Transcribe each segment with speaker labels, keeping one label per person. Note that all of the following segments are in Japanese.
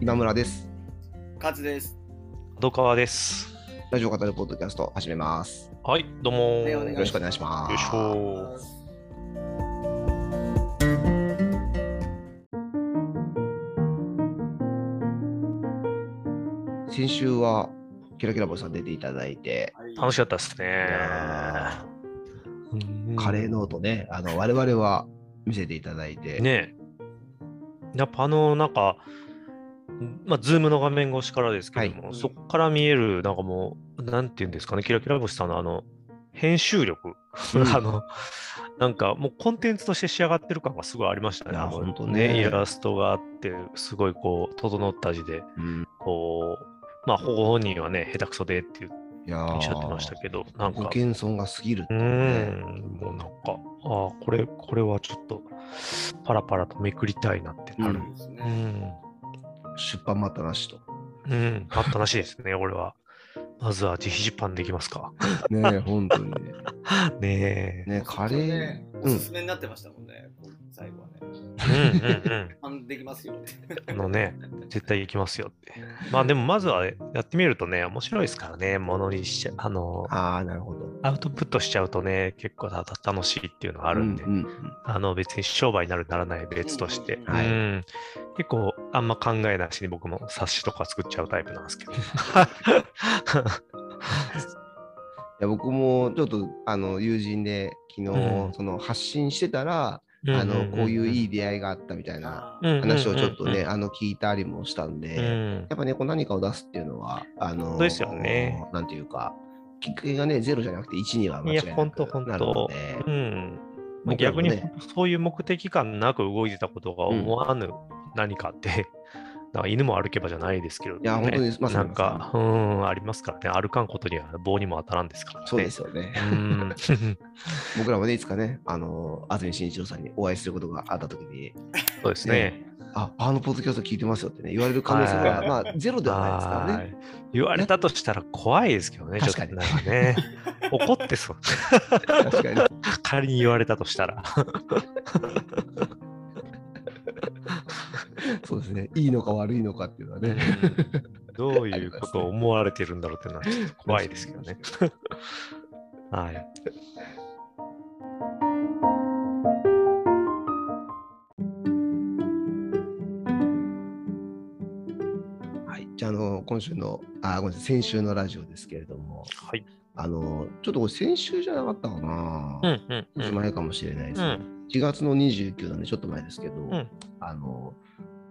Speaker 1: 今村です。
Speaker 2: カズです。
Speaker 3: 角川です。
Speaker 1: ラジオ語るポッドキャスト始めます。
Speaker 3: はい、どうも
Speaker 2: はいお
Speaker 3: ー。
Speaker 2: 願
Speaker 1: よろしくお願いします。
Speaker 3: よいしょ
Speaker 1: 先週はキラキラボイさん出ていただいて、
Speaker 3: 楽しかったです
Speaker 1: い
Speaker 3: ね。
Speaker 1: や
Speaker 3: うん
Speaker 1: ーカレーノートね、あの我々は見せていただいて、
Speaker 3: ねえ。やっぱあの、なんか、まあ、ズームの画面越しからですけども、
Speaker 2: はい
Speaker 3: そこから見える、なんかもう、なんていうんですかね、キラキラ星さんのあの、編集力、
Speaker 1: うん
Speaker 3: あの、なんかもうコンテンツとして仕上がってる感がすごいありましたね。
Speaker 1: いや
Speaker 3: あの
Speaker 1: ほんとね
Speaker 3: イラストがあって、すごいこう、整った字で、
Speaker 1: うん
Speaker 3: こう、まあ、ご本人はね、下手くそでっていう
Speaker 1: いやー
Speaker 3: おっしゃってましたけど、なん
Speaker 1: ご
Speaker 3: か、
Speaker 1: 謙遜が過ぎるって
Speaker 3: う
Speaker 1: いね
Speaker 3: ん、もうなんか、ああ、これ、これはちょっと、パラパラとめくりたいなってなる。
Speaker 2: です
Speaker 3: う。ん、
Speaker 1: 出版待ったなしと。
Speaker 3: うん、あったなしですね、俺は。 まずは、自費出版できますか。
Speaker 1: ねえ、本当にね。
Speaker 3: ね
Speaker 1: ねカレー、
Speaker 2: おすすめになってましたもんね。こう最後はね。
Speaker 3: え。うん うん
Speaker 2: あんできますよね。
Speaker 3: うん。あのね、絶対行きますよって。まあでも、まずはやってみるとね、面白いですからね、ものにしちゃ、あの、
Speaker 1: ああ、なるほど。
Speaker 3: アウトプットしちゃうとね、結構た楽しいっていうのがあるんで。
Speaker 1: うんうん
Speaker 3: あの別に商売になるならない別として、
Speaker 2: うん
Speaker 1: うんうん
Speaker 3: うん結構あんま考えなしに僕も冊子とか作っちゃうタイプなんで すけど。
Speaker 1: いや僕もちょっとあの友人で昨日、
Speaker 3: うん
Speaker 1: その発信してたら、あのこういうい
Speaker 3: い
Speaker 1: い出会いがあったみたいな
Speaker 2: うん
Speaker 1: 話をちょっとね、
Speaker 3: うんうんうん
Speaker 1: あの聞いたりもしたんで、や
Speaker 3: うん
Speaker 1: っぱねこう何かを出すっていうのはあの
Speaker 3: そうですよね
Speaker 1: なんていうかきっかけがねゼロじゃなくて1には間違い
Speaker 3: い
Speaker 1: な
Speaker 3: や
Speaker 1: く
Speaker 3: ほんとほんと
Speaker 1: なるので、
Speaker 3: うんまあ
Speaker 1: 僕らも
Speaker 3: 逆に
Speaker 1: ね
Speaker 3: そういう目的感なく動いてたことが思わぬ何かって、 なんか犬も歩けばじゃないですけど、ね、
Speaker 1: いや本当にまさ
Speaker 3: な
Speaker 1: に
Speaker 3: んか、うん、ありますからね、歩かんことには棒にも当たらんですからね。
Speaker 1: そうですよね
Speaker 3: うん。
Speaker 1: 僕らもねいつかねあの安住紳一郎さんにお会いすることがあった時に
Speaker 3: そ うですね
Speaker 1: ああのポッドキャスト聞いてますよってね言われる可能性が
Speaker 3: はい
Speaker 1: まあゼロではないですから
Speaker 3: は
Speaker 1: ね
Speaker 3: い言われたとしたら怖いですけどね、
Speaker 1: 確かに
Speaker 3: ちょっとなんか ね。怒ってそう。
Speaker 1: 確かに
Speaker 3: 仮に言われたとした ら。
Speaker 1: そうですねいいのか悪いのかっていうのはね、
Speaker 3: どういうことを思われてるんだろうっていうのはちょっと怖いですけどね。は い。
Speaker 1: はい、じゃあ、あの、今週の、あ、ごめんなさい、先週のラジオですけれども、
Speaker 3: はい。
Speaker 1: あの、ちょっとこれ先週じゃなかったかな。
Speaker 3: うんうん
Speaker 1: ちょっと前かもしれないです、
Speaker 3: う
Speaker 1: ね
Speaker 3: ん。
Speaker 1: 1月の29なんで、ちょっと前ですけど、
Speaker 3: ん
Speaker 1: あの、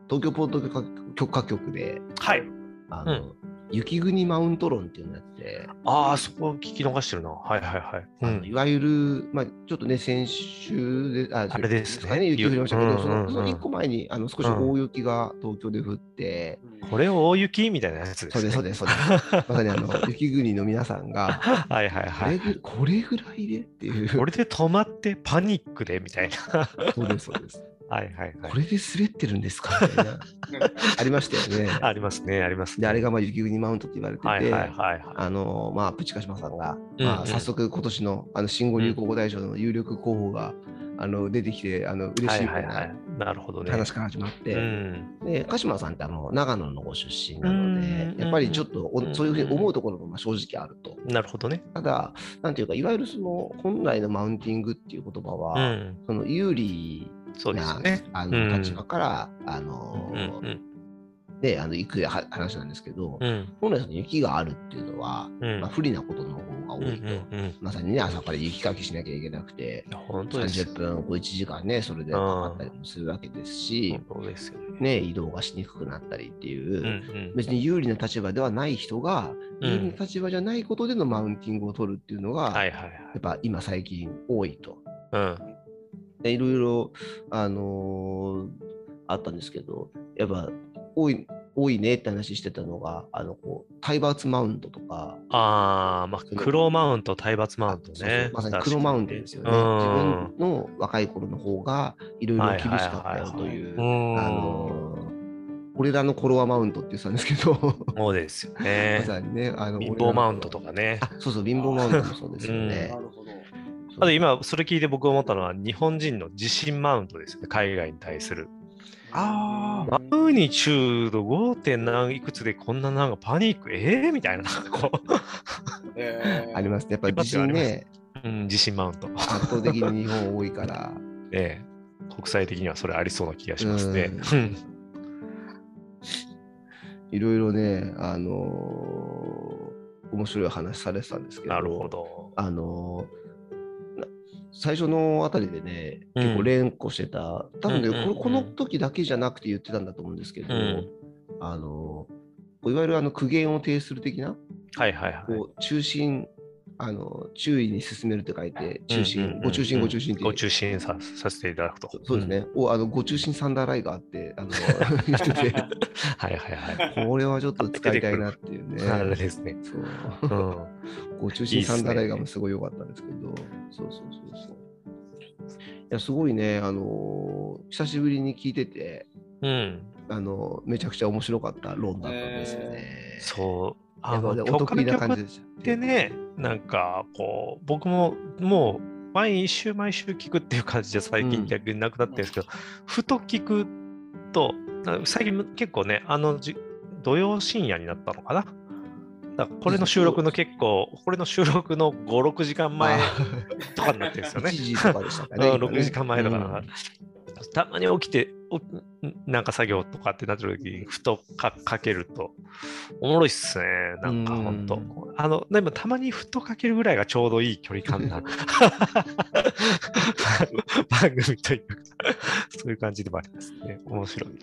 Speaker 1: 東京ポート許可局で、
Speaker 3: はい。
Speaker 1: あの、雪国マウント論っていうのやって、
Speaker 3: ああ、そこ聞き逃してるな。はいはいはい。う
Speaker 1: あのい
Speaker 3: ん、
Speaker 1: わゆる、まあ、ちょっとね、先週で、あ
Speaker 3: あれですね
Speaker 1: かね、雪降りましたけど、
Speaker 3: うんうんうん
Speaker 1: そのその1個前に、あの、少し大雪が東京で降って、
Speaker 3: これを大雪みたいなやつで
Speaker 1: そう
Speaker 3: す
Speaker 1: で
Speaker 3: ね。。
Speaker 1: す、そうですす、そうです。まさにあの、雪国の皆さんが、
Speaker 3: はいはい
Speaker 1: こ
Speaker 3: は
Speaker 1: れ
Speaker 3: い。
Speaker 1: ぐこれぐらいでっていう。
Speaker 3: これで止まってパニックでみたいな。
Speaker 1: そうです、そうです。
Speaker 3: はいはいはい
Speaker 1: こ。れで滑ってるんです かみたいな。ありましたよね。
Speaker 3: ありますね、ありますね。
Speaker 1: で、あれがまあ雪国マウントって言われてて、
Speaker 3: はいはいはいはい。
Speaker 1: あのまあ、プチカシマさんが、
Speaker 3: うん
Speaker 1: ま
Speaker 3: う
Speaker 1: あ、
Speaker 3: ん
Speaker 1: 早速今年のあの新語・流行語大賞の有力候補が、あの出てきてあの嬉しいみたい
Speaker 3: はいはいは、
Speaker 1: ない
Speaker 3: なるほどね。
Speaker 1: 話から始まって、
Speaker 3: うん、
Speaker 1: で鹿島さんってあの長野のご出身なの
Speaker 3: うんうん
Speaker 1: で
Speaker 3: うん、
Speaker 1: やっぱりちょっと
Speaker 3: うんう
Speaker 1: お
Speaker 3: ん
Speaker 1: そういうふうに思うところもまあ正直あると。
Speaker 3: なるほどね。
Speaker 1: ただ、なんていうか、いわゆるその本来のマウンティングっていう言葉
Speaker 3: う
Speaker 1: は、
Speaker 3: ん、
Speaker 1: その有利
Speaker 3: そうです
Speaker 1: な
Speaker 3: よね。
Speaker 1: あ
Speaker 3: う
Speaker 1: の
Speaker 3: ん
Speaker 1: 立場から、あ
Speaker 3: うん
Speaker 1: の
Speaker 3: うん
Speaker 1: ね、あの行くは話なんですけど、
Speaker 3: うん
Speaker 1: 本来その雪があるっていうのは、
Speaker 3: うん
Speaker 1: まあ、不利なことの方が多
Speaker 3: うん
Speaker 1: いと、
Speaker 3: うんうん
Speaker 1: まさにね、朝から雪かきしなきゃいけなくて、
Speaker 3: 本当ですよ
Speaker 1: 30分、こう1時間ね、それでかかったりもするわけですし、
Speaker 3: 本当ですよね。
Speaker 1: ね、移動がしにくくなったりっていう、
Speaker 3: うん
Speaker 1: 別に有利な立場ではない人が、
Speaker 3: うん
Speaker 1: 有利な立場じゃないことでのマウンティングを取るっていうのが、
Speaker 3: うん、はいはいはい。
Speaker 1: やっぱ今最近多いと。
Speaker 3: うん、
Speaker 1: でいろいろ、あのーあったんですけど、やっぱ多い多いねって話してたのが、あのこう体罰マウントとか、
Speaker 3: ああ、まあ、黒マウント、体罰マウント
Speaker 1: そうそう
Speaker 3: ね。
Speaker 1: まさに黒マウントですよね。
Speaker 3: う
Speaker 1: 自分
Speaker 3: ん
Speaker 1: の若い頃の方がいろいろ厳しかったよという、
Speaker 3: はいはいはいはい
Speaker 1: あのー俺らの頃はマウントって言ってたんですけど、
Speaker 3: そうですよ
Speaker 1: ま
Speaker 3: ね。
Speaker 1: さにね、あの
Speaker 3: 貧乏マウントと
Speaker 1: か。
Speaker 3: かね。
Speaker 1: あそうそう、貧乏マウントもそうですよね。
Speaker 2: なるほど。
Speaker 1: そう
Speaker 3: あと今、それ聞いて僕思ったのは、日本人の自信マウントですよね、海外に対する。
Speaker 1: あ
Speaker 3: マグニチュード 5. 点何いくつでこんななんかパニックえー、みたいななんかこ
Speaker 2: え
Speaker 1: ありますね。やっぱり地震ね、
Speaker 3: う、うん、自信マウント。
Speaker 1: 圧倒的に日本多いから。
Speaker 3: ええ国際的にはそれありそうな気がしますね。
Speaker 1: いろいろね、あのー面白い話されてたんですけど、
Speaker 3: なるほど。
Speaker 1: あのーな最初のあたりでね、
Speaker 3: うん
Speaker 1: 結構連呼してた、多分ね、
Speaker 3: うんうんうん
Speaker 1: ここの時だけじゃなくて言ってたんだと思うんですけど、
Speaker 3: うん
Speaker 1: あのーいわゆるあの苦言を呈する的な、
Speaker 3: はいはいはい。
Speaker 1: こう中心、あの注意に進めるって書いて、中心、
Speaker 3: うんうんうん
Speaker 1: ご中心、ご中心っていう
Speaker 3: ご中心ささせていただくと
Speaker 1: そ。そうですね、をあのご中心サンダーライガーってあの言 ってて、
Speaker 3: うん。はいは いはい。
Speaker 1: これはちょっと使いたいなっていうね。
Speaker 3: あれですね。
Speaker 1: そう
Speaker 3: うん。
Speaker 1: こう中心サンダーライガーもすごい良かったんですけど、そうそうそうそう。いや、すごいね、あのー久しぶりに聞いてて、
Speaker 3: うん。
Speaker 1: あのーめちゃくちゃ面白かった論だったんですよね。
Speaker 3: そう。
Speaker 1: や
Speaker 3: あ
Speaker 1: っぱね
Speaker 3: の、
Speaker 1: お得意な感
Speaker 3: 曲
Speaker 1: じでし
Speaker 3: ったて。ね、なんかこう、僕ももう毎週毎週聞くっていう感じじゃ最
Speaker 1: うん
Speaker 3: 近逆になくなってるんですけど、ふと聞くと、な最近結構ね、あのじ土曜深夜になったのかな。だからこれの収録の結構、これの収録の5、6時間前とかになってるんです よ
Speaker 1: 1
Speaker 3: ね。
Speaker 1: 時とかでしたか
Speaker 3: う
Speaker 1: ね。
Speaker 3: ん
Speaker 1: 今ね
Speaker 3: 6時間前とかな、たまに起きておなんか作業とかってなってる時にふとかかけるとおもろいっすねなんかほんと、
Speaker 1: うん
Speaker 3: あのでもたまにふとかけるぐらいがちょうどいい距離感 な 番組というかそういう感じでもありますね面白いな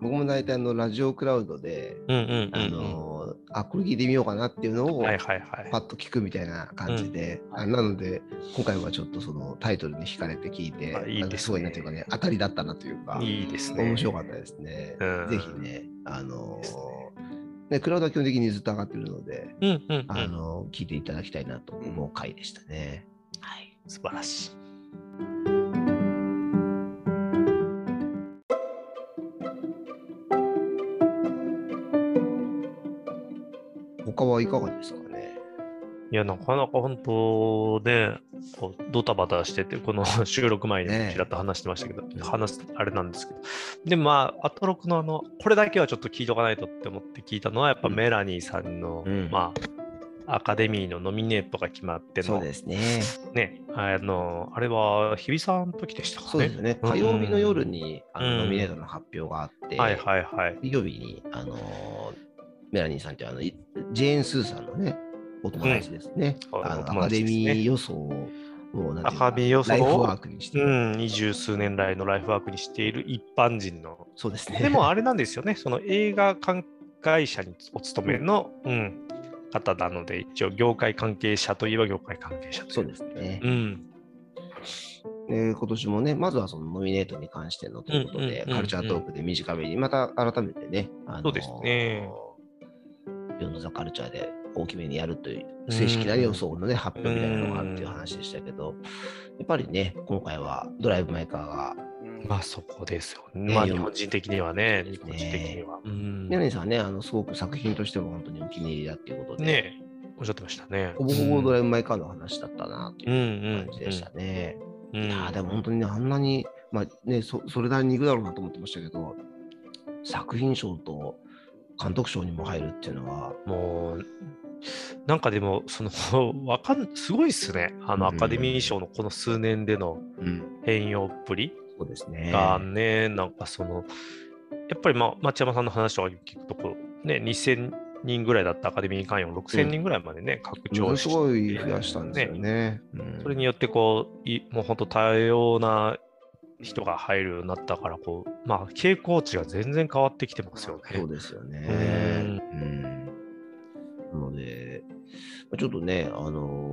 Speaker 1: 僕も大体あのラジオクラウドで、
Speaker 3: うんうん
Speaker 1: あのーあ、これ聞いてみようかなっていうのを、
Speaker 3: はいはいはい
Speaker 1: パッと聞くみたいな感じで、
Speaker 2: うん
Speaker 1: あなので今回はちょっとそのタイトルに惹かれて聞いて、
Speaker 3: あいいですね
Speaker 1: あのすごいなというかね当たりだったなというか
Speaker 3: いいですね
Speaker 1: 面白かったですね。
Speaker 3: うん
Speaker 1: ぜひね、あのー
Speaker 3: いいです
Speaker 1: ねクラウドは基本的にずっと上がってるので、
Speaker 3: うんうん、う
Speaker 1: あ
Speaker 3: ん、
Speaker 1: のー聞いていただきたいなと思う回でしたね。
Speaker 3: 素晴らしい
Speaker 1: 他はいかがですかね。
Speaker 3: いや、なかなか本当ね、こうドタバタしてて、この 収録前に
Speaker 1: ねえ
Speaker 3: ちらっと話してましたけど、話すあれなんですけど、で、まあ、アトロクのあの、これだけはちょっと聞いとかないとって思って聞いたのは、やっぱ
Speaker 1: うん
Speaker 3: メラニーさんの、
Speaker 1: うん
Speaker 3: まあ、アカデミーのノミネートが決まっての、
Speaker 1: すね。
Speaker 3: ね、あの、あれは日比さんの時でしたかね。
Speaker 1: そうですよね。
Speaker 3: うん
Speaker 1: 火曜日の夜にあの、
Speaker 3: うん
Speaker 1: ノミネートの発表があって、
Speaker 3: はいはいはい。
Speaker 1: 水曜日に、あのーメラニーさんっていうあのいジェーン・スーさんのね、お友達ですね。
Speaker 3: うん
Speaker 1: あの
Speaker 3: お
Speaker 1: アカ
Speaker 3: 友
Speaker 1: デ
Speaker 3: 達ですね
Speaker 1: ミー予想をなんていうの
Speaker 3: アカデミー予想を
Speaker 1: ライフワークにして
Speaker 3: う
Speaker 1: る、
Speaker 3: ん、二十数年来のライフワークにしている一般人の
Speaker 1: そうですね。
Speaker 3: でもあれなんですよね、その映画関会社にお勤めの、うん、方なので、一応業界関係者といえば業界関係者という。
Speaker 1: そうですね
Speaker 3: う。ん。
Speaker 1: で今年もね、まずはそのノミネートに関してのということで、
Speaker 3: うんうんうんうん
Speaker 1: カルチャートークで短めに、また改めてね、あのー
Speaker 3: そうですね。
Speaker 1: 世のザカルチャーで大きめにやるという正式な予想のね、発表みたいなのがあるっていう話でしたけど、やっぱりね、今回はドライブ・マイ・カーが
Speaker 2: うん
Speaker 3: まあそこですよね。
Speaker 1: ね
Speaker 3: まあ
Speaker 1: よ
Speaker 3: 日本人的にはね、
Speaker 1: そうで
Speaker 3: 日
Speaker 1: すね
Speaker 3: 本人的には。うん
Speaker 1: 宮根さんはね、あのすごく作品としても本当にお気に入りだっていうことで、
Speaker 3: ねえおっしゃってましたね。
Speaker 1: ほぼほぼドラ
Speaker 3: イ
Speaker 1: イブ・マイ・カーの話だったなって
Speaker 3: う
Speaker 1: いうん
Speaker 3: うん
Speaker 1: 感じでしたね。
Speaker 3: うん
Speaker 1: いやーでも本当にね、あんなに、まあね、そそれなりにいくだろうなと思ってましたけど、作品賞と監督賞にも入るっていうのは、
Speaker 3: もう、なんかでも、その、 わかん、すごいっすね。あの、アカデミー賞のこの数年での変容っぷり。
Speaker 1: そうですね。
Speaker 3: がね、なんかその、やっぱり、まあ、町山さんの話とか聞くとこう、ね、2000人ぐらいだったアカデミー会員を6000人ぐらいまでね、拡
Speaker 1: も
Speaker 3: 張
Speaker 1: の
Speaker 3: し
Speaker 1: す
Speaker 3: て、
Speaker 1: ごい増やしたんですよね。うん
Speaker 3: それによってこう、いもう本当多様な人が入るようになったから、こう、まあ、傾向値が全然変わってきてますよ
Speaker 1: そ
Speaker 3: ね
Speaker 1: う。ですよね。
Speaker 3: うん
Speaker 1: うんなので、まあちょっとね、あの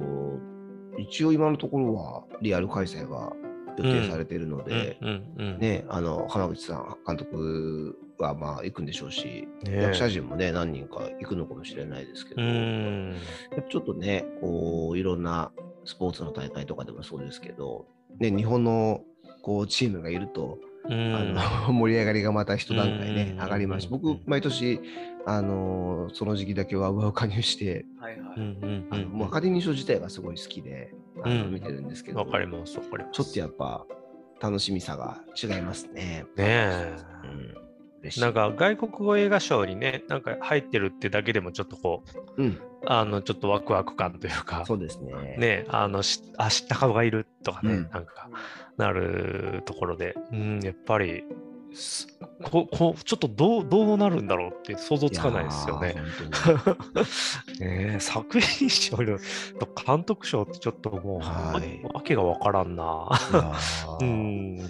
Speaker 1: ー一応今のところはリアル開催が予定されているの
Speaker 3: うん
Speaker 1: で、
Speaker 3: うんうん
Speaker 1: ね、あの浜口さん監督はまあ行くんでしょうし、
Speaker 3: ね
Speaker 1: 役者陣もね何人か行くのかもしれないですけど、
Speaker 3: う
Speaker 1: や
Speaker 3: ん
Speaker 1: っぱちょっとねこういろんなスポーツの大会とかでもそうですけど、ね、日本のこうチームがいると
Speaker 3: うん
Speaker 1: あの 盛り上がりがまた一段階ね
Speaker 3: うん
Speaker 1: 上がります
Speaker 3: うん
Speaker 1: 僕毎年あのその時期だけはウワウ加入して
Speaker 2: はいはい。
Speaker 3: うんうん
Speaker 1: あのもうアカデミー賞自体がすごい好きであの見てるんですけ
Speaker 3: わ
Speaker 1: ど
Speaker 3: かります、わかります。
Speaker 1: ちょっとやっぱ楽しみさが違いますね。
Speaker 3: ねえ
Speaker 1: うん嬉しい
Speaker 3: なんか外国語映画賞にね、なんか入ってるってだけでもちょっとこう、
Speaker 1: うん、
Speaker 3: あのちょっとワクワク感というか、
Speaker 1: そうですね。
Speaker 3: ね、あのしあ知った顔がいるとかね、
Speaker 1: うん
Speaker 3: なんかなるところで、うん、やっぱりすここうちょっとどうどうなるんだろうって想像つかないですよ
Speaker 1: いや
Speaker 3: ね。
Speaker 1: ー。本
Speaker 3: ねえ作品賞と監督賞ってちょっともう、
Speaker 1: はい
Speaker 3: わけがわからんな。
Speaker 1: 当
Speaker 3: う
Speaker 1: に
Speaker 3: ん、
Speaker 1: い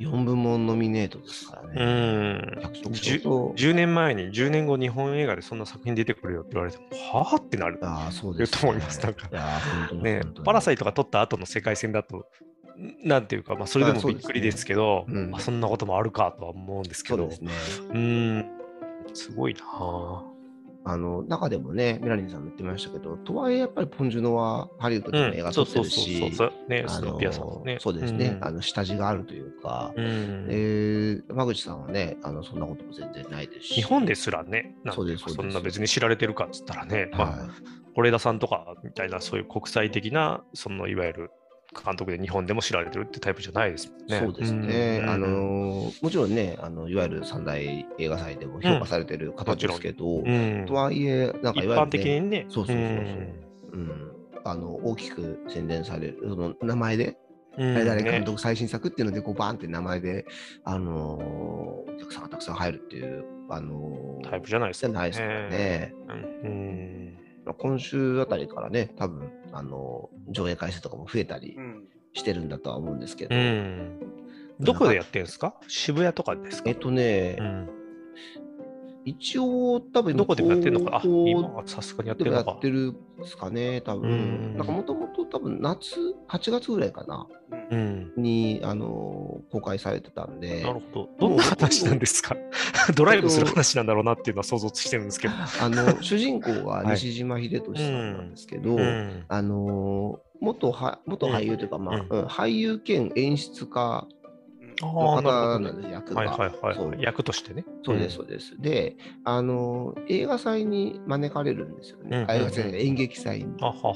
Speaker 1: やー、4部門ノミネートですから
Speaker 3: う
Speaker 1: ね。
Speaker 3: ん
Speaker 1: 百色
Speaker 3: じゅ
Speaker 1: 賞と
Speaker 3: 10年前に10年後日本映画でそんな作品出てくるよって言われてもはあってなる
Speaker 1: ああ、そうです、ね。
Speaker 3: 言うと思いますなんか
Speaker 1: いやー本当に
Speaker 3: ね
Speaker 1: 本当に
Speaker 3: パラサイトが取った後の世界戦だとんなんていうか、まあ、それでも
Speaker 1: あそう
Speaker 3: びっ
Speaker 1: ですね
Speaker 3: くりですけどそ
Speaker 1: うん
Speaker 3: まあ、そんなこともあるかとは思うんですけ
Speaker 1: そう
Speaker 3: ど
Speaker 1: ですね。
Speaker 3: うんすごいなあ
Speaker 1: あの中でもね、メラニンさんも言ってましたけど、とはいえやっぱりポンジュノはハリウッドでも映
Speaker 3: う
Speaker 1: 画
Speaker 3: んそ
Speaker 1: 撮
Speaker 3: う
Speaker 1: って
Speaker 3: そう
Speaker 1: る
Speaker 3: そう
Speaker 1: し、
Speaker 3: そうね
Speaker 1: あ
Speaker 3: ス
Speaker 1: の
Speaker 3: ノピアさんもね
Speaker 1: そうですね、
Speaker 3: うん
Speaker 1: あの下地があるというか、
Speaker 3: うん
Speaker 1: えー山口さんはね、あのそんなことも全然ないですし、
Speaker 3: 日本ですらねなん
Speaker 1: そう
Speaker 3: て
Speaker 1: で
Speaker 3: いう
Speaker 1: す
Speaker 3: か
Speaker 1: そう
Speaker 3: そ
Speaker 1: です
Speaker 3: んな別に知られてるかっつったらね、まあ
Speaker 1: は
Speaker 3: 是枝さんとかみたいなそういう国際的なそのいわゆる監督で日本でも知られてるってタイプじゃないですもん
Speaker 1: い
Speaker 3: ね。
Speaker 1: そうですね、
Speaker 3: うん
Speaker 1: あのもちろんねあの、いわゆる三大映画祭でも評価されてる方ですけど、
Speaker 3: うん
Speaker 1: とはいえ、なんか
Speaker 3: 一
Speaker 1: いわ
Speaker 3: 般
Speaker 1: ゆる
Speaker 3: 的
Speaker 1: ね、
Speaker 3: にね。
Speaker 1: そうそうそうそうんうんあの大きく宣伝される、その名前で
Speaker 3: うん
Speaker 1: 誰々監
Speaker 3: ね
Speaker 1: 督最新作っていうので、こうバーンって名前で、あのーお客さんがたくさん入るっていう、あのー
Speaker 3: タイプじゃないです
Speaker 1: じゃないですからね。
Speaker 3: うん
Speaker 1: まあ今週あたりからね、多分、あのー上映回数とかも増えたり
Speaker 2: うん
Speaker 1: してるんだとは思うんですけ
Speaker 3: う
Speaker 1: ど、
Speaker 3: ん。どこでやってるんですか渋谷とかですか
Speaker 1: えっとね、
Speaker 3: うん
Speaker 1: 一応、多分
Speaker 3: どこでもやってるのかあ、
Speaker 1: 高校
Speaker 3: 今はさすがにやって
Speaker 1: で
Speaker 3: る
Speaker 1: もや
Speaker 3: の
Speaker 1: っ
Speaker 3: か
Speaker 1: て。るんですかね、多分。
Speaker 3: うん
Speaker 1: なんかもともと多分夏、8月ぐらいかな、
Speaker 2: うん
Speaker 3: うん。
Speaker 1: に、あのー公開されてたんで、
Speaker 3: なるほど。どんな話なんで すかドライブする話なんだろうなっていうのは想像してるんですけど。
Speaker 1: あの主人公は西島秀俊さんなんですけど、
Speaker 3: うん
Speaker 1: あのー元は元俳優というか、まあ
Speaker 3: う
Speaker 1: うん俳優兼演出家
Speaker 2: う
Speaker 3: あ
Speaker 2: ん
Speaker 1: の方
Speaker 3: あ、なる
Speaker 1: なんで
Speaker 3: ほ
Speaker 1: す、役
Speaker 3: ど。
Speaker 1: が。
Speaker 3: はいはいはい
Speaker 1: そ
Speaker 3: は
Speaker 1: う
Speaker 3: い。役としてね。
Speaker 1: そうです、そううです。で、あのー映画祭に招かれるんですよ
Speaker 3: うんう
Speaker 1: ね
Speaker 3: ん。うん
Speaker 1: あ映画祭じゃない演劇祭に。
Speaker 3: ん。あははは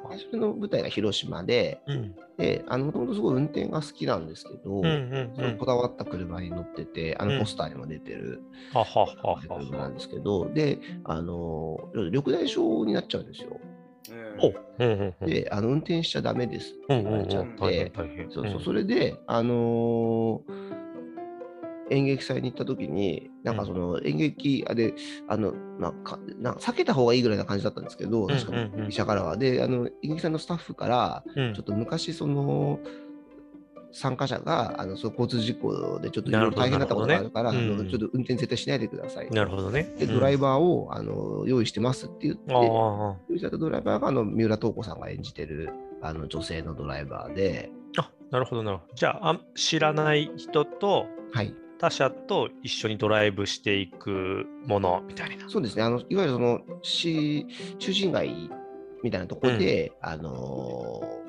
Speaker 3: は
Speaker 1: で。それの舞台が広島で、
Speaker 3: うん。
Speaker 1: で、もともとすごい運転が好きなんですけど、
Speaker 3: うんうん
Speaker 1: そうの
Speaker 3: ん
Speaker 1: こ。だわった車に乗ってて、あ
Speaker 3: う
Speaker 1: の
Speaker 3: ん
Speaker 1: ポスターにも出てる
Speaker 3: はははは
Speaker 1: 車な
Speaker 3: は。
Speaker 1: んですけど、で、あのー緑内障になっちゃうんですよ。
Speaker 3: おうんうんうん。
Speaker 1: で、あの運転しちゃダメですって
Speaker 3: うん
Speaker 1: 言
Speaker 3: う
Speaker 1: わ
Speaker 3: ん
Speaker 1: れちゃっ
Speaker 3: うん。大変
Speaker 1: て、
Speaker 3: 大変。
Speaker 1: そうそう、それで、あのー演劇祭に行った時に、なんかその演劇あで、あの、まあ、かなんか避けた方がいいぐらいな感じだったんですけど、
Speaker 3: んうんうん
Speaker 1: 確かに医者からは。で、あの、演劇祭のスタッフから、
Speaker 3: うん
Speaker 1: ちょっと昔、その、参加者があのそう交通事故でちょっとい
Speaker 3: な
Speaker 1: ろい
Speaker 3: る
Speaker 1: ろ
Speaker 3: ほど
Speaker 1: 大変だったことがあるから、
Speaker 3: なるほどね
Speaker 1: あ
Speaker 3: うん
Speaker 1: のちょっと運転絶対しないでください。
Speaker 3: なるほどね。
Speaker 1: で、ドライ
Speaker 3: バ
Speaker 1: バーを、あの用意してますって言って、
Speaker 3: あ
Speaker 1: 用意されたドライバーがあの三浦透子さんが演じてるあの女性のドライバーで、
Speaker 3: ああ、なるほどなるほど。じゃあ、あん知らない人と
Speaker 1: はい、
Speaker 3: 他者と一緒にドライブしていくものみたいな。
Speaker 1: そうですね、あのいわゆるその市中心街みたいなところで、あのー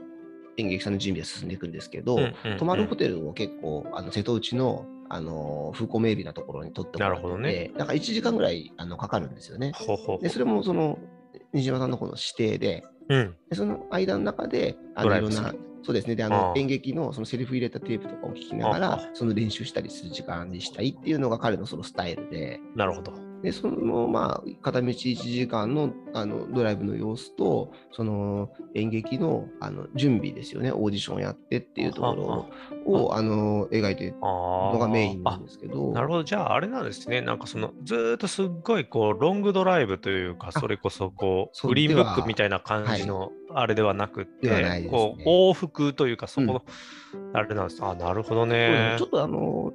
Speaker 1: 演劇さんの準備が進んでいくんですけど、泊まるホ
Speaker 3: と
Speaker 1: テルを結構あの瀬戸内のあのー風光明媚なところに取ってもらって
Speaker 3: なるほどね
Speaker 1: なんか1時間ぐらいあのかかるんですよね。
Speaker 3: ほうほうほ
Speaker 1: でそれもその西島さんの方の指定で、
Speaker 3: う。うん。
Speaker 1: でその間の中で、あ
Speaker 3: ド
Speaker 1: の
Speaker 3: ラ
Speaker 1: い
Speaker 3: イ
Speaker 1: ろ
Speaker 3: ブ
Speaker 1: ん
Speaker 3: する
Speaker 1: な、そうですね、であの
Speaker 3: ああ
Speaker 1: 演劇のそのセリフ入れたテープとかを聞きなが
Speaker 3: あ
Speaker 1: ら
Speaker 3: あ、
Speaker 1: その練習したりする時間にしたいっていうのが彼のそのスタイルで、
Speaker 3: なるほど。
Speaker 1: でそのまあ片道1時間のあのドライブの様子と、その演劇のあの準備ですよね、オーディションやってっていうところをあの描いてる
Speaker 3: ああ。
Speaker 1: のがメインな
Speaker 3: あ
Speaker 1: んですけど、
Speaker 3: なるほど。じゃあ、あれなんですね。なんかその、ずーっとすっごい、こう、ロングドライブというか、
Speaker 1: あ
Speaker 3: それこそ、こう、
Speaker 1: そう
Speaker 3: グリーンブッ
Speaker 1: で
Speaker 3: ク
Speaker 1: は
Speaker 3: みたいな感じの、あれではなくて、
Speaker 1: ではないですね
Speaker 3: こう、往復というか、そこの、あれなんです。あ、なるほど
Speaker 1: そうです
Speaker 3: ね
Speaker 1: ねちょ。っとあの、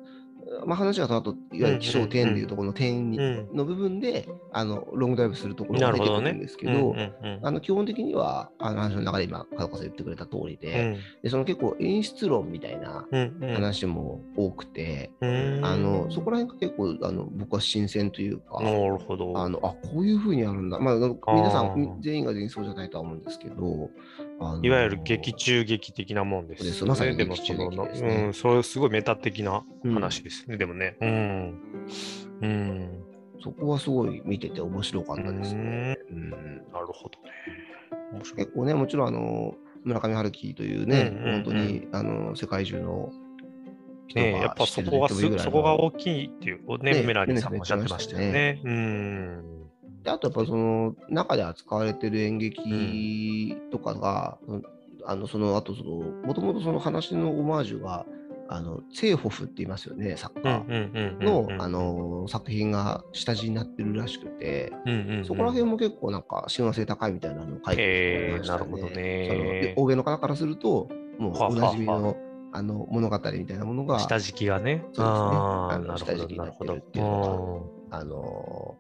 Speaker 1: まあ、話がその後いわゆる気象点でいうところの点に
Speaker 3: うん
Speaker 1: の部分であのロングドライブするところ
Speaker 3: な
Speaker 1: が
Speaker 3: る
Speaker 1: 出
Speaker 3: ほ
Speaker 1: て
Speaker 3: ど
Speaker 1: く
Speaker 3: ね。
Speaker 1: るんですけど、
Speaker 3: うんうんうん
Speaker 1: あの基本的にはあの話の中で今片岡さん言ってくれた通りで,、でその結構演出論みたいな
Speaker 3: うんうん
Speaker 1: 話も多くて、
Speaker 3: うん
Speaker 1: あのそこら辺が結構あの僕は新鮮というか、
Speaker 3: なるほど。
Speaker 1: あのあこういうふうにやるんだ、まあ、あの
Speaker 3: あー
Speaker 1: 皆さんみ全員が全員そうじゃないとは思うんですけどあの
Speaker 3: いわゆる劇中劇的なもんですよね。
Speaker 1: そうですまさに
Speaker 3: でも
Speaker 1: 劇中
Speaker 3: その
Speaker 1: 劇ですね
Speaker 3: うん、それすごいメタ的な話ですね、でもね。うん。うん。
Speaker 1: そこはすごい見てて面白かっ
Speaker 3: う
Speaker 1: たですね。
Speaker 3: ん
Speaker 1: うん
Speaker 3: なるほどね。面白い。
Speaker 1: 結構ね、もちろんあの村上春樹というね、
Speaker 3: うんうんうん
Speaker 1: 本当にあの世界中の人
Speaker 3: ね、やっ
Speaker 1: が
Speaker 3: ぱ
Speaker 1: 知
Speaker 3: そ
Speaker 1: って
Speaker 3: こ
Speaker 1: る
Speaker 3: が
Speaker 1: と
Speaker 3: す
Speaker 1: いうぐらい
Speaker 3: そこが
Speaker 1: の
Speaker 3: 大きいっていう、ね
Speaker 1: ね
Speaker 3: メラニーさんもおっしゃってましたよね。
Speaker 1: ね
Speaker 3: うん
Speaker 1: であとやっぱその中で扱われてる演劇とかが、うんあのそのあとそのもともとその話のオマージュがあのツェーホフって言いますよね作
Speaker 3: うん
Speaker 1: 家
Speaker 3: うんうん
Speaker 1: の、
Speaker 3: うんうん
Speaker 1: あの作品が下地になってるらしくて、
Speaker 3: うんうんうん
Speaker 1: そこら辺も結構なんか親和性高いみたいなのを書いてる人がいましたね
Speaker 3: へーな
Speaker 1: そ
Speaker 3: るほどね
Speaker 1: ので欧米の方からするともうおなじみ
Speaker 3: はは
Speaker 1: のあの物語みたいなものが
Speaker 3: 下敷きがね。
Speaker 1: そうですね
Speaker 3: あー
Speaker 1: あの
Speaker 3: なるほ
Speaker 1: 下
Speaker 3: ど
Speaker 1: 敷きに
Speaker 3: な
Speaker 1: な
Speaker 3: る
Speaker 1: って
Speaker 3: ほ
Speaker 1: る
Speaker 3: ど。
Speaker 1: っていうのあの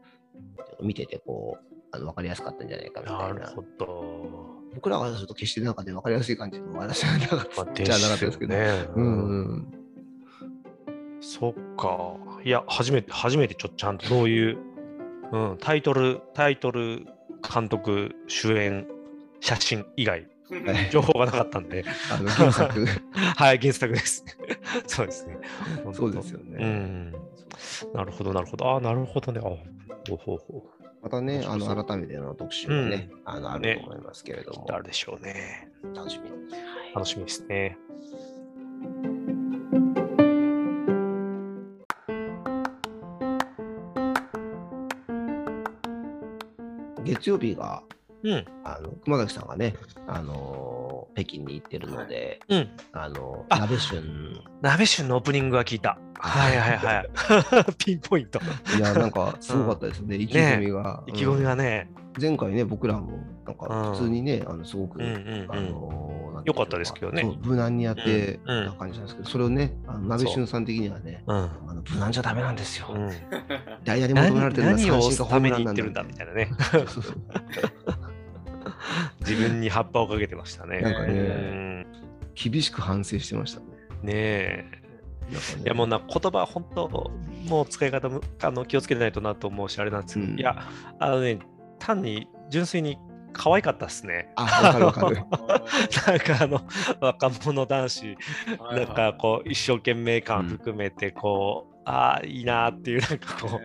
Speaker 1: 見ててこうあの分かりやすかったんじゃないかみた
Speaker 3: ないる
Speaker 1: な
Speaker 3: ほど。
Speaker 1: 僕らからすると決してなんかね分かりやすい感じの話じゃなかっ
Speaker 3: ま
Speaker 1: たじゃなかったですけど。
Speaker 3: ね。
Speaker 1: うん うん
Speaker 3: そっか。いや、初めて、初めてちょっとちゃんとそういう、うん、タイトル、タイトル、監督、主演、写真以外、情報がなかったんで、
Speaker 1: あの原作
Speaker 3: はい、原作です。 そうですね。
Speaker 1: そうです
Speaker 3: よ、
Speaker 1: よ
Speaker 3: う
Speaker 1: ね。
Speaker 3: ん。なるほど、なるほど。ああ、なるほどね。あほうほうほ
Speaker 1: またね、あ
Speaker 3: 面白そう
Speaker 1: の改めての特集がね、あのあると思いますけれ
Speaker 3: う。
Speaker 1: ど
Speaker 3: きっ
Speaker 1: も、
Speaker 3: とあるでしょうね。
Speaker 1: 楽しみに。
Speaker 3: 楽しみですね。
Speaker 1: 月曜日が
Speaker 3: うん。
Speaker 1: あの熊崎さんがね、あのー北京に行ってるので、
Speaker 3: うん。
Speaker 1: あの
Speaker 3: あ
Speaker 1: 鍋旬、
Speaker 3: 鍋旬のオープニングは聞いた。はいは いはい。ピンポイント。
Speaker 1: いや、なんかすごかったですね、意気込みが。
Speaker 3: 意気込み
Speaker 1: うん
Speaker 3: がね。
Speaker 1: 前回ね、僕らも、なん
Speaker 3: う
Speaker 1: か
Speaker 3: ん
Speaker 1: 普通にね、あのすごく、
Speaker 3: うんうん
Speaker 1: あ
Speaker 3: うん。
Speaker 1: のーなんていうのか
Speaker 3: 良かったですけどね
Speaker 1: そう無難にやって
Speaker 3: うんうん
Speaker 1: な感じなんですけど、それをね、あの鍋旬さん的にはね、
Speaker 3: うん。
Speaker 1: あの無難じゃダメなんですよ。
Speaker 3: うん
Speaker 1: ダイヤに求
Speaker 3: 何
Speaker 1: められてるのは
Speaker 3: 何
Speaker 1: 三
Speaker 3: を押
Speaker 1: 振か
Speaker 3: す
Speaker 1: ホー
Speaker 3: た
Speaker 1: ム
Speaker 3: め
Speaker 1: ラン
Speaker 3: に
Speaker 1: な
Speaker 3: 言
Speaker 1: ん
Speaker 3: って
Speaker 1: だ
Speaker 3: るんだみたいなね。
Speaker 1: そうそうそう
Speaker 3: 自分に葉っぱをかけてましたね。
Speaker 1: なんか
Speaker 2: ね
Speaker 3: うん
Speaker 1: 厳しく反省してましたね。
Speaker 3: ねえ。
Speaker 1: なんかね
Speaker 3: いやもうな言葉本当もう使い方もあの気をつけないとなと思うしあれなんですけど、
Speaker 1: うん
Speaker 3: いやあのね単に純粋に可愛かったっすね。
Speaker 1: あ、わかるわかる。
Speaker 3: なんかあの 若者男子 なんかこう一生懸命
Speaker 1: うん
Speaker 3: 感含めてこう、ああいいなーっていうなんかこ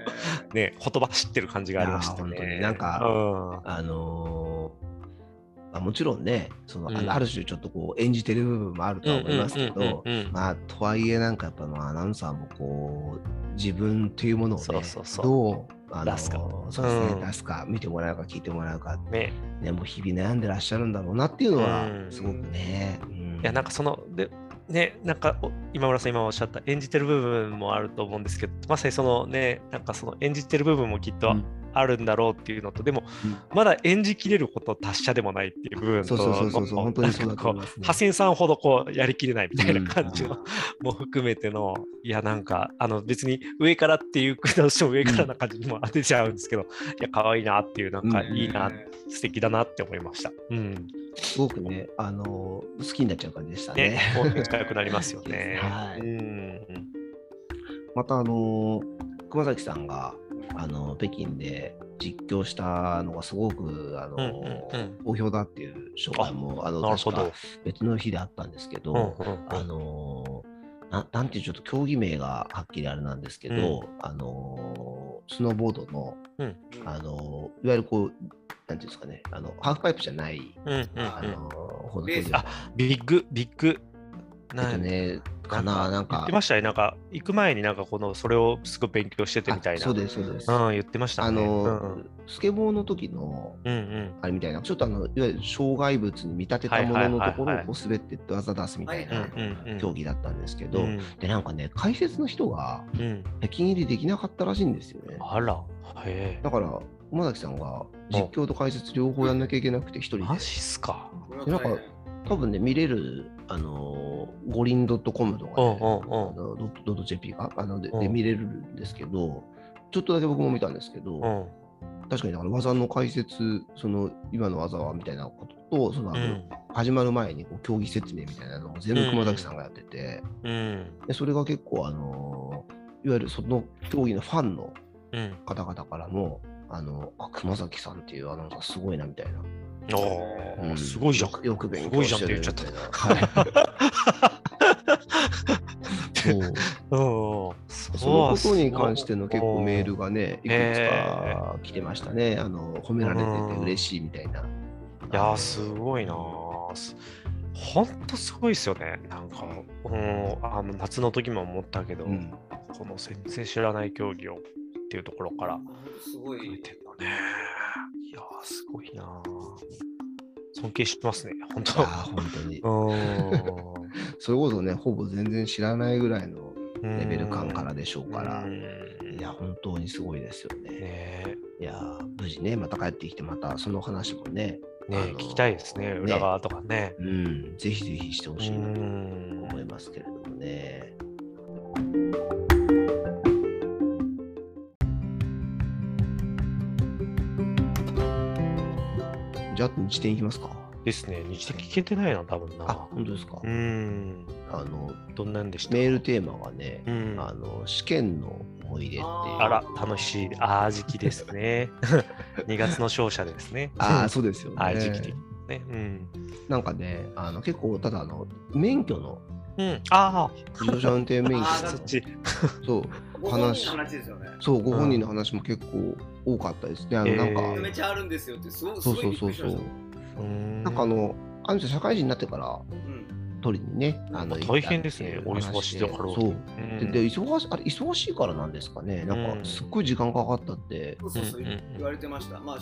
Speaker 3: う、ね言葉知ってる感じがありました
Speaker 1: いやー本当
Speaker 3: ね。
Speaker 1: になんか
Speaker 3: うん
Speaker 1: あのーまあ、もちろんね、そのあ
Speaker 3: うん
Speaker 1: ある種ちょっとこう演じてる部分もあるとは思いますけど、
Speaker 3: うんうんうんうんうん
Speaker 1: まあ、とはいえなんかやっぱまあアナウンサーもこう自分というものをね
Speaker 3: そうそうそう
Speaker 1: どうあのー
Speaker 3: 出すか
Speaker 1: そうですね、
Speaker 3: うん
Speaker 1: 出すか見てもらうか聞いてもらうか、
Speaker 3: ね
Speaker 1: ね、もう日々悩んでらっしゃるんだろうなっていうのは
Speaker 3: うん
Speaker 1: すごくね、
Speaker 3: いやなんかそのでねなんかお今村さん今おっしゃった演じてる部分もあると思うんですけどまさにそのねなんかその演じてる部分もきっと
Speaker 1: うん
Speaker 3: あるんだろうっていうのと、でも
Speaker 1: うん
Speaker 3: まだ演じきれること達者でもないっていう部分
Speaker 1: そ
Speaker 3: と
Speaker 1: うそうそうそうそう本当にそうだと思いますね
Speaker 3: ハセンさんほどこうやりきれないみたいな感じ
Speaker 1: うん
Speaker 3: の、も含めてのいやなんかあの別に上からっていうどうしても上からな感じにも当てちゃうんですけど、いや可愛いなっていうなんか
Speaker 1: うん
Speaker 3: いいな、素敵だなって思いました。うん、
Speaker 1: すごくね、あのー好きになっちゃう感じでしたね。。
Speaker 3: ね、もう行きたくなりますよね
Speaker 1: はい
Speaker 3: うん
Speaker 1: またあのー熊崎さんがあの北京で実況したのがすごくあのー、
Speaker 3: うんうんうん
Speaker 1: 好評だっていう紹介もあの
Speaker 3: なる
Speaker 1: 確
Speaker 3: ほ
Speaker 1: か
Speaker 3: ど。
Speaker 1: 別の日であったんですけど、あのーななんていうちょっと競技名がはっきりあれなんですけど、
Speaker 3: うん
Speaker 1: あのースノーボードの、
Speaker 3: うん
Speaker 1: あのーいわゆるこうなんていうんですかねあのハーフパイプじゃない、
Speaker 3: うんうんうん
Speaker 1: あのー方の競
Speaker 2: レー
Speaker 1: 技
Speaker 2: ス
Speaker 1: だっ
Speaker 3: ビッグ、ビッグ、
Speaker 1: た
Speaker 3: なん
Speaker 1: ねかななん
Speaker 3: 言っ
Speaker 1: か
Speaker 3: てましたね。なんか、行く前になんか、この、それをすごい勉強しててみたい
Speaker 1: あ
Speaker 3: な。
Speaker 1: そうですそうです、
Speaker 3: うん、言ってました
Speaker 1: あ
Speaker 3: ね。
Speaker 1: の
Speaker 3: うん
Speaker 1: ー、スケボーの時の
Speaker 3: うんうん
Speaker 1: あれみたいな、ちょっとあのいわゆる障害物に見立てたものの
Speaker 3: はいはいはいはい
Speaker 1: ところをこう滑ってって技出すみたい
Speaker 3: うん
Speaker 1: な
Speaker 3: うんうん
Speaker 1: 競技だったんですけど、
Speaker 3: うん
Speaker 1: で、なんかね、解説の人が
Speaker 3: うん
Speaker 1: 北京入りできなかったらしいんですよね。
Speaker 3: あら、へえ。
Speaker 1: だから、馬崎さんが実況と解説両方やんなきゃいけなくて、一人で
Speaker 3: マジっ、すか。
Speaker 1: なんか多分ね、見れる、あのー、五輪 .com とか
Speaker 3: うん
Speaker 1: ね、
Speaker 3: う
Speaker 1: あ
Speaker 3: ん
Speaker 1: のドット .jp があので
Speaker 3: うん
Speaker 1: で見れるんですけど、ちょっとだけ僕も見たんですけど、
Speaker 3: うん。うん
Speaker 1: 確かにだから技の解説、その今の技はみたいなことと、そのあ
Speaker 3: う
Speaker 1: の
Speaker 3: ん。
Speaker 1: 始まる前にこう競技説明みたいなのを全部熊崎さんがやってて、
Speaker 3: うん。
Speaker 1: でそれが結構、あのーいわゆるその競技のファンの
Speaker 3: うん。
Speaker 1: 方々からも、あのあ熊崎さんっていうアナウンサーすごいなみたいな、
Speaker 3: お
Speaker 1: う
Speaker 3: ー、
Speaker 1: ん
Speaker 3: すごいじゃん
Speaker 1: よ。くよく勉
Speaker 3: すご
Speaker 1: 強
Speaker 3: いじゃん
Speaker 1: し
Speaker 3: ってて
Speaker 1: るみ
Speaker 3: 言っち
Speaker 1: た
Speaker 3: ゃ
Speaker 1: い
Speaker 3: った
Speaker 1: な。はいそう で
Speaker 3: うんうん。 そう
Speaker 1: そのことに関しての結構メールがね、いくつか
Speaker 3: へ
Speaker 1: 来てましたね。あの褒められてて嬉しいみたいな。
Speaker 3: いやーすごいなーすほんとすごいですよね。なんか、うん、あの夏の時も思ったけど、
Speaker 1: うん
Speaker 3: この全然知らない競技をっていうところから
Speaker 2: すご
Speaker 3: 増え
Speaker 2: い。
Speaker 3: てんだね。いやー、すごいなあ尊敬しますね、本当。
Speaker 1: あー本当に
Speaker 3: う
Speaker 1: それこそねほぼ全然知らないぐらいの
Speaker 3: ーん
Speaker 1: レベル感からでしょうから、
Speaker 3: うーん
Speaker 1: いや本当にすごいですよね
Speaker 3: ねえ
Speaker 1: いやー無事ねまた帰ってきてまたその話もね
Speaker 3: ねえ
Speaker 1: あのー
Speaker 3: 聞きたいです
Speaker 1: ね
Speaker 3: ね、裏側とかね。
Speaker 1: うんぜひぜひしてほしいなと
Speaker 3: うん
Speaker 1: 思いますけれどもね。じゃあ、日点いきますか。
Speaker 3: ですね、日程聞けてないな、多分
Speaker 1: あ、
Speaker 3: な。
Speaker 1: 本当ですか
Speaker 3: う。ん。
Speaker 1: あの、
Speaker 3: どんなんでした
Speaker 1: メールテーマがね、
Speaker 3: うん、
Speaker 1: あの、試験の思い出っていう。
Speaker 3: あら、楽しい。あー時期ですね。2月の勝者ですね。
Speaker 1: あーそうですよね。
Speaker 3: あー時期的ね。うん。
Speaker 1: なんかね、あの結構、ただあの、免許の、
Speaker 3: うん、あ
Speaker 1: 自動車運転免許
Speaker 2: あー
Speaker 3: あ、
Speaker 2: な
Speaker 3: そ
Speaker 2: る
Speaker 3: っ
Speaker 1: の、
Speaker 3: ち。
Speaker 1: そう、
Speaker 2: ご本人の話ですよね。
Speaker 1: そう、ご本人の話も結構多かったですね。あのなんか、
Speaker 3: えー
Speaker 2: めちゃあるんですよって、すごす
Speaker 1: そう
Speaker 2: ごい
Speaker 1: そ
Speaker 2: び
Speaker 1: うそう
Speaker 2: っくりし
Speaker 1: そ
Speaker 2: まし
Speaker 1: う
Speaker 2: た。。
Speaker 1: な
Speaker 3: な
Speaker 1: んかあ、の、あの人社会人になってから
Speaker 2: うん
Speaker 1: 取りにね、あの
Speaker 3: まあ大変ですね
Speaker 1: 行ったってい
Speaker 3: お忙しいだから
Speaker 1: そう。
Speaker 3: うん
Speaker 1: でで忙しあれ忙しいからなんですかね、なん
Speaker 3: う
Speaker 1: か
Speaker 3: ん
Speaker 1: すっごい時間かかったって、
Speaker 2: そうそうそう、
Speaker 3: うんうんうん
Speaker 2: 言われてました。まあ、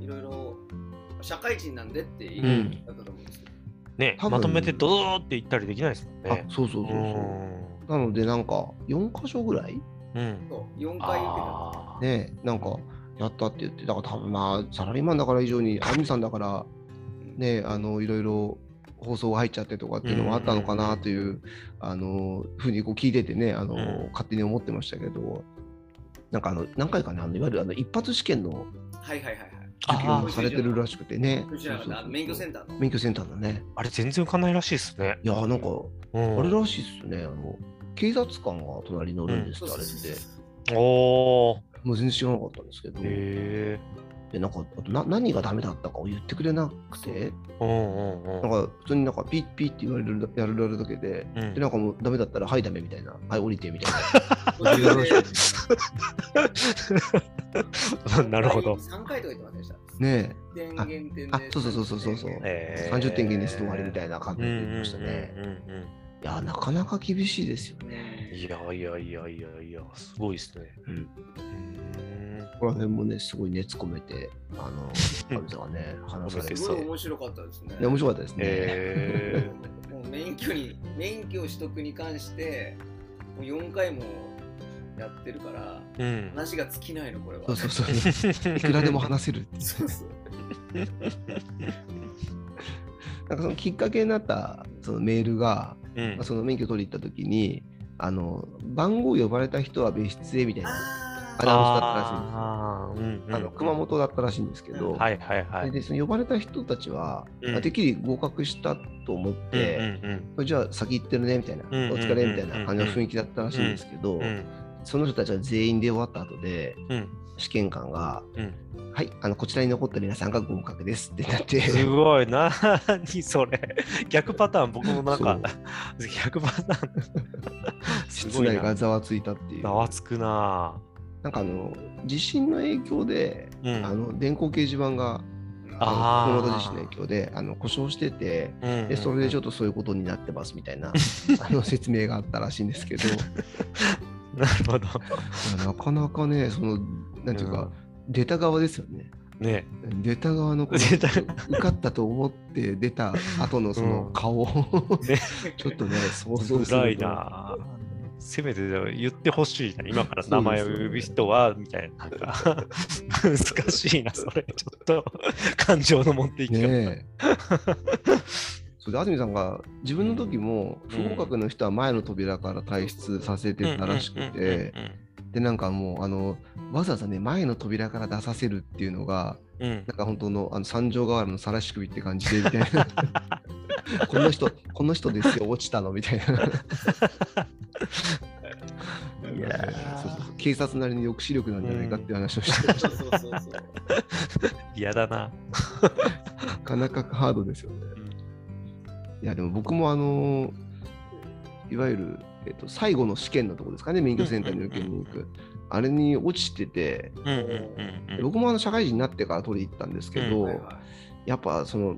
Speaker 2: いろいろ社会人なんでって
Speaker 1: う
Speaker 2: 言
Speaker 1: ん
Speaker 2: ったと思うんですけど。
Speaker 3: ね、
Speaker 1: 多分
Speaker 3: まとめてドドーって行ったりできないですもん
Speaker 1: あ
Speaker 3: ね。
Speaker 1: そうそうそうそう、なので、なんか4箇所ぐらい、
Speaker 3: うん。うん。
Speaker 2: そう4回受
Speaker 3: あー
Speaker 1: ね、なんかやったって言って、だから多分まあ、サラリーマンだから以上 に、あみさんだから、
Speaker 2: けた。
Speaker 1: ね、あのいろいろ放送が入っちゃってとかっていうのもあったのかなという、あのふうにこう聞いててねあの、
Speaker 3: うん
Speaker 1: 勝手に思ってましたけどなんかあの何回かねあのいわゆるあの一発試験の
Speaker 2: はいはいはいはい。
Speaker 1: 受験
Speaker 3: あ
Speaker 1: を
Speaker 3: ー
Speaker 1: されてるらしくてね
Speaker 2: うちら
Speaker 1: そうそう
Speaker 2: が
Speaker 1: そう
Speaker 2: 免許センターの。
Speaker 1: 免許センターだね
Speaker 3: あれ全然浮かないらしいですね。
Speaker 1: いやーなんか
Speaker 3: うん、
Speaker 1: あれらしいっすねあの警察官が隣に乗るんですって、あれって
Speaker 3: おー。
Speaker 1: もう全然知らなかったんですけど、
Speaker 3: へ
Speaker 1: でなんかあとな何がダメだったかを言ってくれなくて
Speaker 3: え。うんうんう。
Speaker 1: なんんか普通になんかピッピッって言われるやられるだけで
Speaker 3: うん
Speaker 1: で、なんかもうダメだったら、はい、ダメみたいな、はい、降りてみたい
Speaker 2: そうそうそう
Speaker 3: なるほど。
Speaker 2: 3回とか言ってませんでした。
Speaker 1: な。ね
Speaker 2: 点減点で
Speaker 1: あそうそうそうそうそうそうえ、
Speaker 3: えー
Speaker 1: 30点減ですと終わりみたいな感じ
Speaker 3: うん
Speaker 1: で言って
Speaker 3: うん
Speaker 1: ましたね。
Speaker 3: うんうん
Speaker 1: いや、なかなか厳しいですよね。
Speaker 3: うんいやいやいやいやいや、すごいですね。
Speaker 1: うん
Speaker 3: うん
Speaker 1: ここら辺もね、すごい熱込めて、あの、神様がね、話されて
Speaker 2: す
Speaker 1: て
Speaker 2: ごい面白かったですね。
Speaker 1: いや面白かったですね。
Speaker 3: えー
Speaker 2: もう免許に免許取得に関してもう4回もやってるから
Speaker 3: うん
Speaker 2: 話が尽きないのこれは
Speaker 1: そうそうそう。 いくらでも話せるっていう。
Speaker 2: そうそう
Speaker 1: なんかそのきっかけになったそのメールが、
Speaker 3: うん
Speaker 1: まあその免許取り行った時に、あの、番号呼ばれた人は別室へみたいな、
Speaker 2: あ
Speaker 1: アナウンスだったらしいんですよ
Speaker 2: ー
Speaker 3: あーうんうん
Speaker 1: あの、熊本だったらしいんですけど、
Speaker 3: はいはいは
Speaker 1: で
Speaker 3: い。
Speaker 1: でその呼ばれた人たちは、
Speaker 3: うん
Speaker 1: あてっきり合格したと思って、
Speaker 3: うん
Speaker 1: じゃあ先行ってるねみたいな、
Speaker 3: んう
Speaker 1: お
Speaker 3: ん
Speaker 1: 疲れみたいな感じの雰囲気だったらしいんですけど、
Speaker 3: うんうん
Speaker 1: その人たちは全員で終わった後で
Speaker 3: うん
Speaker 1: 試験官が
Speaker 3: うん
Speaker 1: 「はいあのこちらに残った皆さんが合格です」ってなって
Speaker 3: すごい、なにそれ。逆パターン、僕もなんか、逆パターン、
Speaker 1: 室内がざわついたっていう
Speaker 3: ざわつくな。
Speaker 1: なんかあの地震の影響で、
Speaker 3: うん
Speaker 1: あの電光掲示板が
Speaker 3: あー
Speaker 1: の熊本地震の影響であの故障してて。でそれでちょっとそういうことになってますみたい なあの説明があったらしいんですけど
Speaker 3: と。なるほど。
Speaker 1: なかなかね、その、なんていうか、出た側ですよね。
Speaker 3: うん。ね
Speaker 1: 出た側のこの、
Speaker 3: 出た
Speaker 1: 受かったと思って出た後のそうの
Speaker 3: ん
Speaker 1: 顔を、
Speaker 3: ね
Speaker 1: ちょっとね、想像す
Speaker 3: 辛
Speaker 1: る
Speaker 3: い
Speaker 1: と。
Speaker 3: な。せめて言ってほしいな。今から名前を呼ぶ人は、みたいな。なんか難しいな、そ れ。ちょっと、感情の持っていき方。
Speaker 1: ねえ。それで安住さんが自分の時も不合格の人は前の扉から退出させてたらしくてでなんかもうあのわざわざね前の扉から出させるっていうのが
Speaker 3: うん。うん。うん
Speaker 1: なんか本当のあの三条河原の晒し首って感じでみたいな。この人、この人ですよ、落ちたのみたいな。
Speaker 3: いやー
Speaker 1: そうそうそう警察なりの抑止力なんじゃないかっていう話をして、
Speaker 2: そうそうそうそう
Speaker 3: 嫌だな。
Speaker 1: なかなかハードですよね。いや、でも僕もあのーいわゆる、えっと、最後の試験のとこですかね、免許センターに受けに行
Speaker 3: うんう
Speaker 1: く。あれに落ちてて、
Speaker 3: うんうんうんうん。
Speaker 1: 僕もあの社会人になってから取りに行ったんですけど、
Speaker 2: はいは
Speaker 1: やっぱその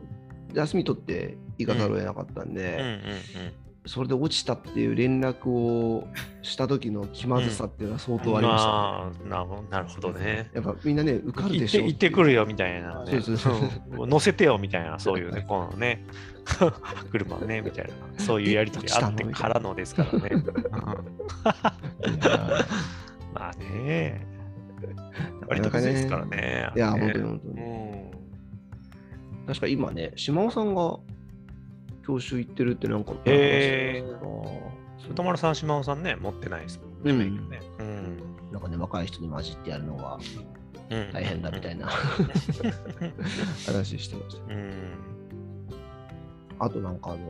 Speaker 1: 休み取って行かざるを得なかったんで、
Speaker 3: うんうん
Speaker 1: それで落ちたっていう連絡をした時の気まずさっていうのは相
Speaker 3: うん。
Speaker 1: 当ありました、
Speaker 3: まあ、なるほどなるほどね。
Speaker 1: ねやっぱみんなね、受かる
Speaker 3: 行
Speaker 1: で
Speaker 3: っ
Speaker 1: してょう
Speaker 3: 行ってくる
Speaker 1: よ。
Speaker 3: よみたいな、ね。
Speaker 1: そうそう
Speaker 3: うん乗せてよみたいな、そういうね、このね、 車をね、みたいな、そういうやりとりあってからのですからね。うん
Speaker 1: いや
Speaker 3: まあね、
Speaker 1: ー
Speaker 3: 割とむずいですから。ね。
Speaker 1: いやー、
Speaker 3: ね
Speaker 1: 本当に本当に。確か今ね、島尾さんが教習行ってるってなんか、
Speaker 3: へー
Speaker 1: なんか話
Speaker 3: うん。歌丸さん、島尾さんね、持ってないですもんね。
Speaker 1: うん
Speaker 3: 免許ねうん。
Speaker 1: なんかね、若い人に混じってやるのが
Speaker 3: うん
Speaker 1: 大変だみたい。 な話してました。
Speaker 3: うん。
Speaker 1: あとなんかあの、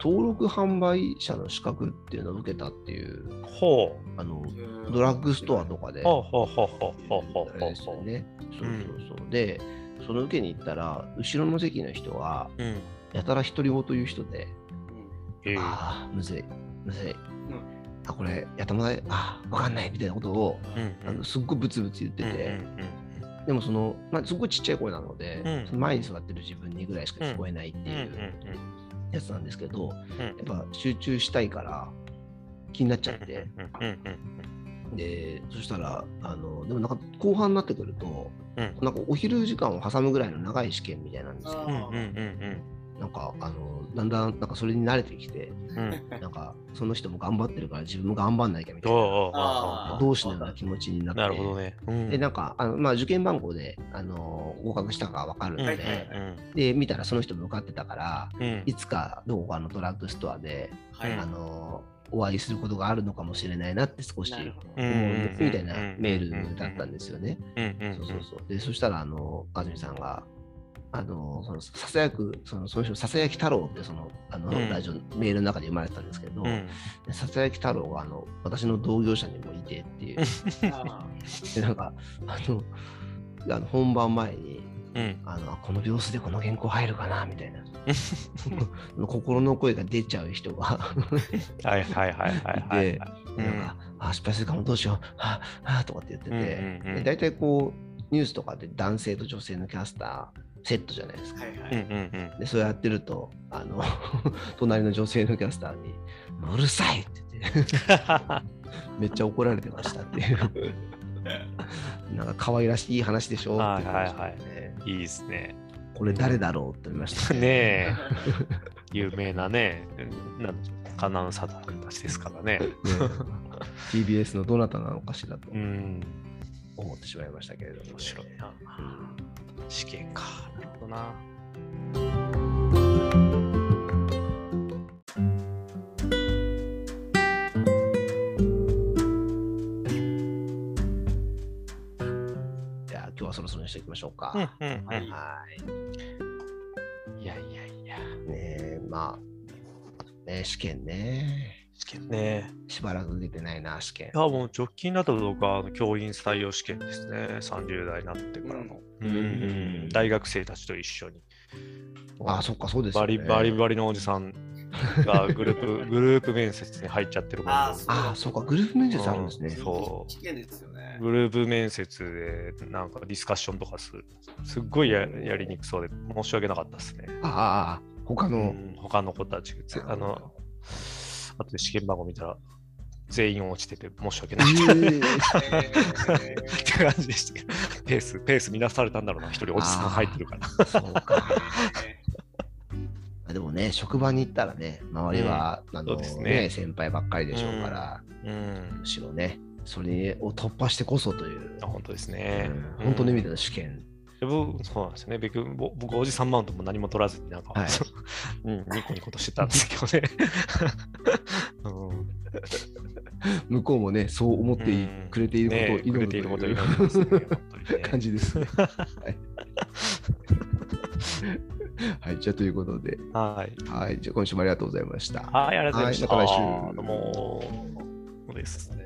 Speaker 1: 登録販売者の資格っていうのを受けたっていう、
Speaker 3: ほ
Speaker 1: あの、
Speaker 2: うん
Speaker 1: ドラッグストアとかで、
Speaker 3: う。ほうほうほうほうほうほう
Speaker 1: あ
Speaker 3: ほ
Speaker 1: れ
Speaker 3: う
Speaker 1: です
Speaker 3: ほ
Speaker 1: よ
Speaker 3: う。
Speaker 1: ね。そうそうそう。で、その受けに行ったら、後ろの席の人は、
Speaker 3: うん。
Speaker 1: やたら独り言言う人で、
Speaker 3: ええ
Speaker 1: ああ、むずい、むずい。あ、これ、やたもない、ああ、わかんないみたいなことを、
Speaker 3: うん
Speaker 1: あのすっごいブツブツ言って
Speaker 3: うん
Speaker 1: て、
Speaker 3: うん
Speaker 1: でもその、まあ、すごいちっちゃい声なので、
Speaker 3: うん
Speaker 1: その前に座ってる自分にぐらいしか聞こえないって
Speaker 3: うんう
Speaker 1: い
Speaker 3: ん
Speaker 1: う
Speaker 3: うんうん
Speaker 1: やつなんですけど、
Speaker 3: ん
Speaker 1: やっぱ集中したいから気になっちゃって、
Speaker 3: うんうんうん
Speaker 1: でそしたらあのでもなんか後半になってくると、
Speaker 3: うん
Speaker 1: なんかお昼時間を挟むぐらいの長い試験みたいなんですけ
Speaker 2: あ
Speaker 1: ど
Speaker 2: ー
Speaker 3: うんうんうん
Speaker 1: なんかあのだんだんなんかそれに慣れてきて
Speaker 3: うんうん
Speaker 1: なんかその人も頑張ってるから自分も頑張んなきゃみたいな
Speaker 3: おうおうおうおう
Speaker 2: あー
Speaker 1: 同志のような気持ちになって
Speaker 3: なるほどね。うん
Speaker 1: でなんかあの、まあ、受験番号であの合格したかわかるので、
Speaker 2: はいはい
Speaker 1: で見たらその人も受かってたから
Speaker 3: うんうん
Speaker 1: いつかどこかのドラッグストアで、
Speaker 2: は
Speaker 3: うん
Speaker 1: あのお会いすることがあるのかもしれないなって少し
Speaker 2: なる
Speaker 1: 思
Speaker 2: ほど
Speaker 3: う
Speaker 1: うんんですみたいなメー
Speaker 3: うんうんうん
Speaker 1: ルだったんですよね。
Speaker 3: うんうん
Speaker 1: そううんそうそうでそしたらあの安住さんがあのそのささやくそのその人ささやき太郎ってそのあの、
Speaker 3: うん
Speaker 1: ラジオメールの中で生まれてたんですけど、
Speaker 3: うん
Speaker 1: でささやき太郎があの私の同業者にもいてっていう
Speaker 2: あ
Speaker 1: でなんかあのあの本番前に
Speaker 3: うん
Speaker 1: あのあこの秒数でこの原稿入るかなみたいな 心の声が出ちゃう人が
Speaker 3: はいはいはいはいはいはい。
Speaker 1: でなんか、あ失敗するかもどうしようああとかって言って
Speaker 3: うんうん
Speaker 1: て、
Speaker 3: うん
Speaker 1: で大体こうニュースとかで男性と女性のキャスターセットじゃないです
Speaker 2: ー
Speaker 1: か。
Speaker 2: はいは
Speaker 3: うん
Speaker 2: い。
Speaker 3: うんうん
Speaker 1: でそれやってるとあの 隣の女性のキャスターに「うるさい!」って言 ってめっちゃ怒られてましたっていう なんか可愛らしい話でしょって言ってましたね
Speaker 3: はいはいいいですね。
Speaker 1: これ誰だろうって思いました
Speaker 3: ねえ、有名なね、なんカナンサタンたちですからね。
Speaker 1: ね TBS のどなたなのかしらと
Speaker 3: うん、
Speaker 1: 思ってしまいましたけれどもね、
Speaker 3: 面白いな。
Speaker 1: うん
Speaker 3: 試験か。なるほどな。
Speaker 1: じゃあ今日はそろそろにしておきましょうか。
Speaker 3: うんうん
Speaker 2: はい
Speaker 1: は
Speaker 3: うん。いやいやいや。
Speaker 1: い。ねえ、まあ、ね、試験ね。
Speaker 3: 試験ね。
Speaker 1: しばらく受けてないな、試験
Speaker 3: い。や、もう直近だと僕はあの教員採用試験ですね。30代になってからの。うん
Speaker 1: うん
Speaker 3: 大学生たちと一緒に。
Speaker 1: あそっか、そうですよ
Speaker 3: バ
Speaker 1: ね。
Speaker 3: リバリバリのおじさんがグル ープグループ面接に入っちゃってるもん
Speaker 2: あ
Speaker 3: な
Speaker 2: ーそう
Speaker 1: あそっか、グループ面接あるんですね。
Speaker 3: そう
Speaker 2: 危険ですよね。
Speaker 3: グループ面接でなんかディスカッションとかするすっごいややりにくそうで申し訳なかったですね、
Speaker 1: ああああ、他
Speaker 3: う
Speaker 1: の。
Speaker 3: ん、他の子たちぜあのあとで試験番号見たら全員落ちてて申し訳ないっ
Speaker 1: ええ
Speaker 2: えー
Speaker 3: て感じでした けどペースペース乱されたんだろうな一人おじさん入ってるから
Speaker 1: そうか。でもね、職場に行ったらね、周りは、あ
Speaker 3: そ
Speaker 1: の
Speaker 3: うです
Speaker 1: ね
Speaker 3: ね
Speaker 1: 先輩ばっかりでしょうから、
Speaker 3: うん
Speaker 1: むしろね、それを突破してこそという、
Speaker 3: あ本当です
Speaker 1: う
Speaker 3: ね、
Speaker 1: ん
Speaker 3: うん
Speaker 1: 本当の意味での試験
Speaker 3: で僕そうなんですよね。僕、ぼ僕おじさんマウントも何も取らずに、なんか、
Speaker 1: はい
Speaker 3: うん、ニコニコとしてたんですけど ね。うん
Speaker 1: 向こうもね、そう思ってい
Speaker 3: うん
Speaker 1: くれていることを
Speaker 3: ねえ、く
Speaker 1: 祈
Speaker 3: れ
Speaker 1: ると
Speaker 3: ていることを
Speaker 1: い
Speaker 3: 祈るんですね
Speaker 1: う
Speaker 3: 本当にね
Speaker 1: 感じ ですね。はい、はい、じゃあということで、
Speaker 3: はい。
Speaker 1: はい、じゃあ今週もありがとうございました。
Speaker 3: はい、ありがとうございました。
Speaker 1: はいまた来週
Speaker 3: どうも。そうですね。